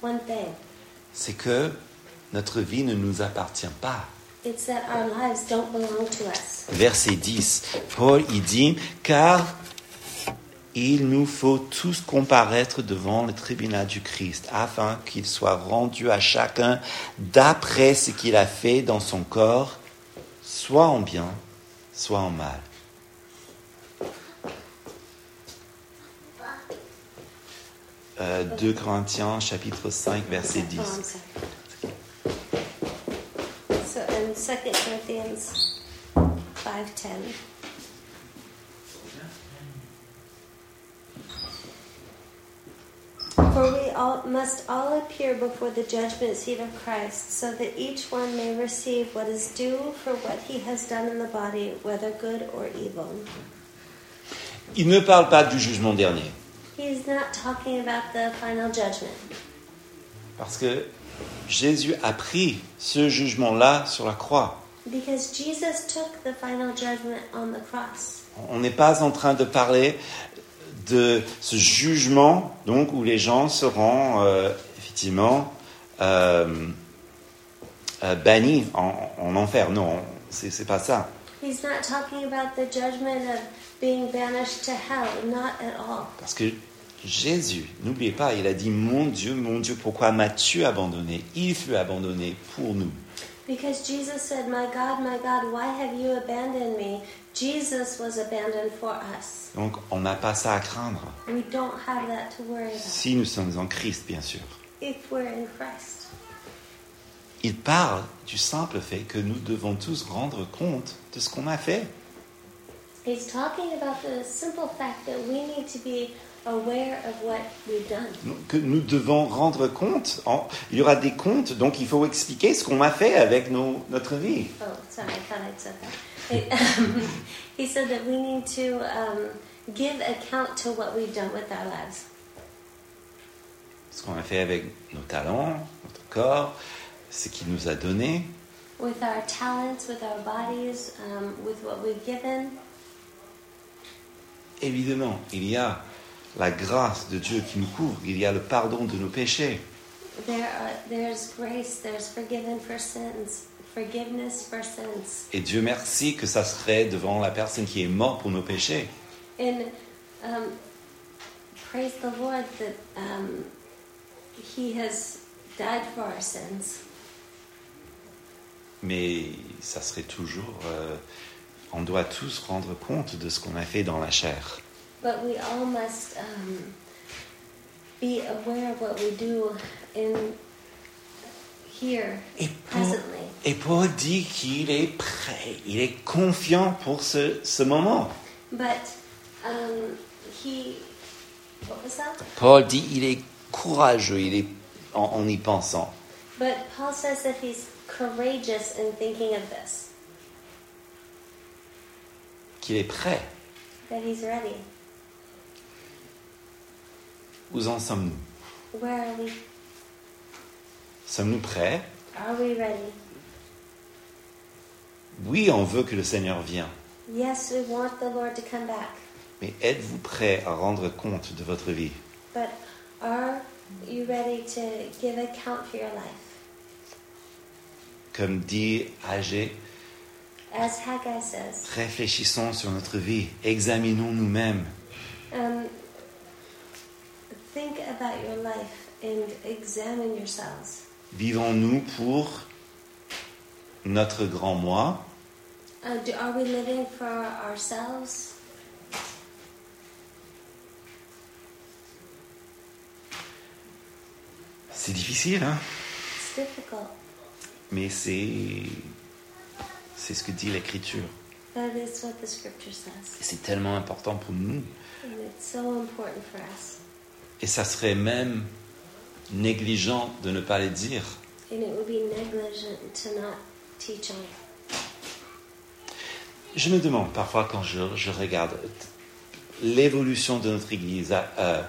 Speaker 2: one thing.
Speaker 1: c'est que notre vie ne nous appartient pas.
Speaker 2: It's that our lives don't belong to us.
Speaker 1: Verset 10, Paul y dit, car il nous faut tous comparaître devant le tribunal du Christ, afin qu'il soit rendu à chacun d'après ce qu'il a fait dans son corps, soit en bien, soit en mal. Euh, 2 Corinthiens chapitre 5 verset 10.
Speaker 2: Oh, I'm sorry. So in Second Corinthians five ten. For we all must all appear before the judgment seat of Christ, so that each one may receive what is due for what he has done in the body, whether good or evil.
Speaker 1: Il ne parle pas du jugement dernier.
Speaker 2: He's not talking about the final judgment.
Speaker 1: Parce que Jésus a pris ce jugement-là sur la croix.
Speaker 2: Because Jesus took the final judgment on the cross.
Speaker 1: On n'est pas en train de parler de ce jugement, donc, où les gens seront euh, effectivement euh, euh, bannis en, en enfer. Non, c'est c'est pas ça.
Speaker 2: He's not talking about the judgment of being banished to hell, not at all.
Speaker 1: Parce que Jésus, n'oubliez pas, il a dit Mon Dieu, mon Dieu, pourquoi m'as-tu abandonné Il fut abandonné pour nous.
Speaker 2: Because Jesus said, My God, my God, why have you abandoned me? Jesus was abandoned for us.
Speaker 1: Donc, on n'a pas ça à craindre.
Speaker 2: We don't have that to worry about
Speaker 1: Si nous sommes en Christ, bien sûr.
Speaker 2: if we're in Christ.
Speaker 1: Il parle du simple fait que nous devons tous rendre compte de ce qu'on a fait.
Speaker 2: He's talking about the simple fact that we need to be aware of what we've done.
Speaker 1: Nous- Que nous devons rendre compte. En- Il y aura des comptes, donc il faut expliquer ce qu'on a fait avec nos- notre vie.
Speaker 2: Oh, sorry, I thought I'd said that. he said that we need to um, give account to what we've done with our lives.
Speaker 1: Ce qu'on a fait avec nos talents, notre corps, ce qu'il nous a donné.
Speaker 2: With our talents, with our bodies, um, with what we've given.
Speaker 1: Évidemment, il y a la grâce de Dieu qui nous couvre, il y a le pardon de nos péchés.
Speaker 2: There are, there's grace, there's forgiven for sins, forgiveness for sins.
Speaker 1: Et Dieu merci que ça serait devant la personne qui est morte pour nos péchés.
Speaker 2: And um, praise the Lord that um, He has died for our sins.
Speaker 1: Mais ça serait toujours. euh, on doit tous rendre compte de ce qu'on a fait dans la chair.
Speaker 2: But we all must um, be aware of what we do in here
Speaker 1: Et Paul,
Speaker 2: presently.
Speaker 1: et Paul dit qu'il est prêt, il est confiant pour ce, ce moment.
Speaker 2: But Um, he, what was that?
Speaker 1: Paul dit il est courageux il est, en, en y pensant.
Speaker 2: But Paul says that he's courageous in thinking of this,
Speaker 1: Qu'il est prêt.
Speaker 2: that he's ready.
Speaker 1: Où en sommes-nous
Speaker 2: Where are we?
Speaker 1: Sommes-nous prêts
Speaker 2: Are we ready?
Speaker 1: Oui, on veut que le Seigneur vienne.
Speaker 2: Yes, we want the Lord to come back,
Speaker 1: Mais êtes-vous prêt à rendre compte de votre vie
Speaker 2: but are you ready to give account for your life?
Speaker 1: Comme dit Agé,
Speaker 2: As Haggai says,
Speaker 1: réfléchissons sur notre vie, examinons nous-mêmes.
Speaker 2: um, think about your life and examine yourselves.
Speaker 1: Vivons-nous pour notre grand moi
Speaker 2: Uh, do, are we living for ourselves?
Speaker 1: C'est difficile, hein
Speaker 2: It's difficult,
Speaker 1: Mais c'est. C'est ce que dit l'Écriture.
Speaker 2: but it's what the scripture says,
Speaker 1: Et c'est tellement important pour nous.
Speaker 2: and it's so important for us.
Speaker 1: Et ça serait même négligent de ne pas le dire.
Speaker 2: And it would be negligent to not teach on it.
Speaker 1: Je me demande parfois quand je, je regarde l'évolution de notre Église, à- euh,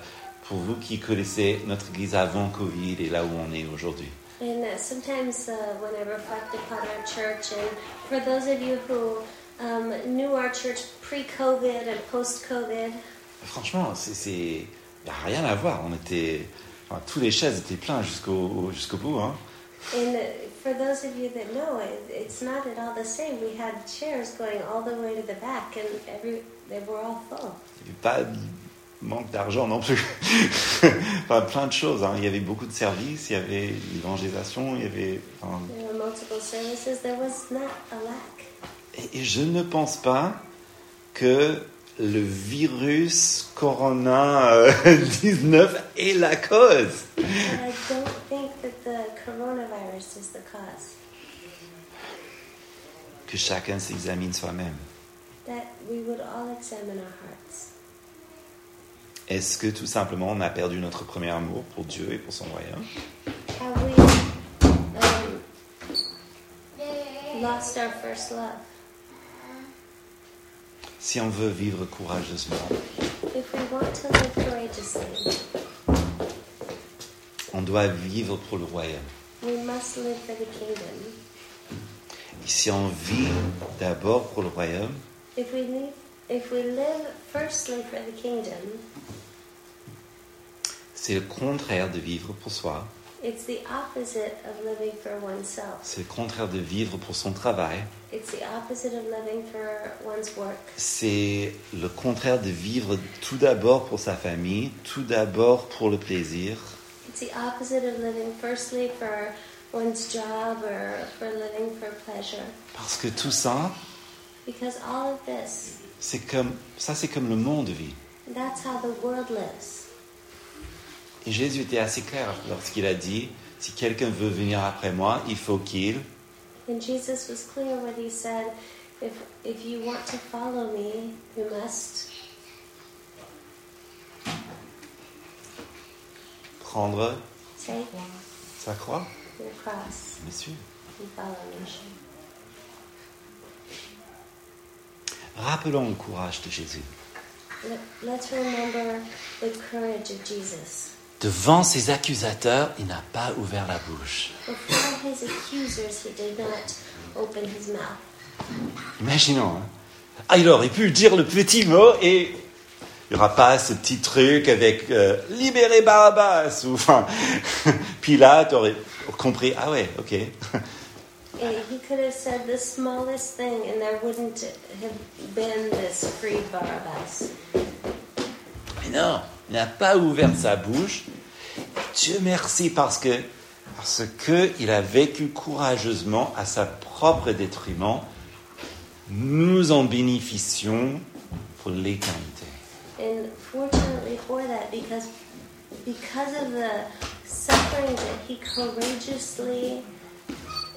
Speaker 1: pour vous qui connaissez notre Église avant Covid et là où on est aujourd'hui.
Speaker 2: And uh, sometimes uh, when I reflect upon our church, and for those of you who um, knew our church pre COVID and post COVID,
Speaker 1: Franchement, c'est- c'est y a rien à voir. On était, enfin, tous les chaises étaient pleines jusqu'au jusqu'au bout. hein.
Speaker 2: and uh, for those of you that know, it, it's not at all the same. We had chairs going all the way to the back, and every they were all full.
Speaker 1: Il n'y avait pas de manque d'argent non plus. enfin, plein de choses. hein. Il y avait beaucoup de services. Il y avait l'évangélisation. Il y avait. enfin,
Speaker 2: There were multiple services. There was not a lack.
Speaker 1: Et et je ne pense pas que le virus Corona euh, 19 est la cause.
Speaker 2: But I don't think that the coronavirus is the cause.
Speaker 1: Que chacun s'examine soi-même.
Speaker 2: That we would all examine our hearts.
Speaker 1: Est-ce que tout simplement on a perdu notre premier amour pour Dieu et pour son royaume
Speaker 2: Have we um, lost our first love?
Speaker 1: Si on veut vivre courageusement,
Speaker 2: If we want to live courageously,
Speaker 1: on doit vivre pour le royaume.
Speaker 2: we must live for the kingdom.
Speaker 1: Et si on vit d'abord pour le royaume,
Speaker 2: If we live, if we live firstly for the kingdom,
Speaker 1: c'est le contraire de vivre pour soi,
Speaker 2: it's the opposite of living for oneself.
Speaker 1: c'est le contraire de vivre pour son travail,
Speaker 2: It's the opposite of living for one's work.
Speaker 1: c'est le contraire de vivre tout d'abord pour sa famille, tout d'abord pour le plaisir,
Speaker 2: It's the opposite of living firstly for one's job or for living for pleasure.
Speaker 1: parce que tout ça,
Speaker 2: Because all of this,
Speaker 1: c'est comme ça, c'est comme le monde vit.
Speaker 2: that's how the world lives.
Speaker 1: Et Jésus était assez clair lorsqu'il a dit si quelqu'un veut venir après moi, il faut qu'il
Speaker 2: And Jesus was clear when he said, if, if you want to follow me, you must
Speaker 1: prendre
Speaker 2: take
Speaker 1: sa croix.
Speaker 2: your cross
Speaker 1: Bien sûr.
Speaker 2: and follow me.
Speaker 1: Rappelons le courage de Jésus.
Speaker 2: Let, let's remember the courage of Jesus.
Speaker 1: Devant ses accusateurs, il n'a pas ouvert la bouche.
Speaker 2: Before his accusers, he did not open his mouth.
Speaker 1: Imaginons. hein. Ah, il aurait pu dire le petit mot et il n'y aura pas ce petit truc avec euh, libérer Barabbas ou enfin Pilate aurait compris. Ah ouais, ok.
Speaker 2: And he could have said the smallest thing, and there wouldn't have been this free Barabbas.
Speaker 1: Mais non, il n'a pas ouvert sa bouche. Dieu merci parce que parce que il a vécu courageusement à sa propre détriment. Nous en bénéficions pour l'éternité.
Speaker 2: And fortunately for that, because because of the suffering that he courageously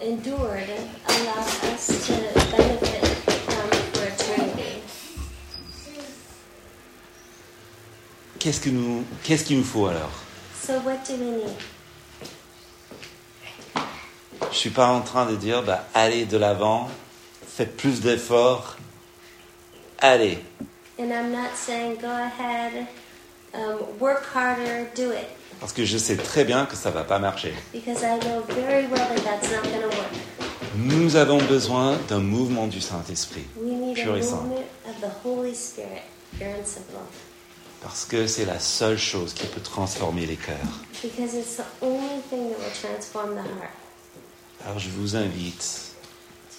Speaker 2: endured, allowed us to benefit from it for eternity.
Speaker 1: qu'est-ce que nous- qu'est-ce qu'il nous faut alors
Speaker 2: So what do we need?
Speaker 1: Je suis pas en train de dire, bah, allez de l'avant, faites plus d'efforts, allez.
Speaker 2: And I'm not saying go ahead, um, work harder, do it,
Speaker 1: Parce que je sais très bien que ça va pas marcher.
Speaker 2: because I know very well that that's not going to work.
Speaker 1: Nous avons besoin d'un mouvement du Saint-Esprit,
Speaker 2: We need a
Speaker 1: pur et simple.
Speaker 2: movement of the Holy Spirit, pure and simple,
Speaker 1: Parce que c'est la seule chose qui peut transformer les cœurs.
Speaker 2: because it's the only thing that will transform the heart.
Speaker 1: Alors je vous invite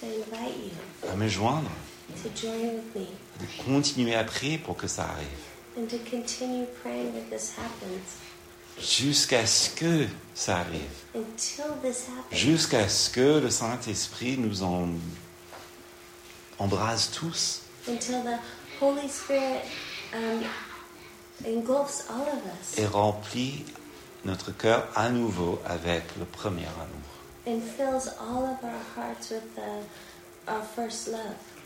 Speaker 2: To invite you
Speaker 1: à me joindre,
Speaker 2: to join with me
Speaker 1: de continuer à prier pour que ça arrive.
Speaker 2: and to continue praying that this happens
Speaker 1: Jusqu'à ce que ça arrive.
Speaker 2: until this happens.
Speaker 1: Jusqu'à ce que le Saint-Esprit nous en embrase tous.
Speaker 2: until the Holy Spirit um, engulfs all of us
Speaker 1: et remplit notre cœur à nouveau avec le premier amour.
Speaker 2: and fills all of our hearts with the, our first love.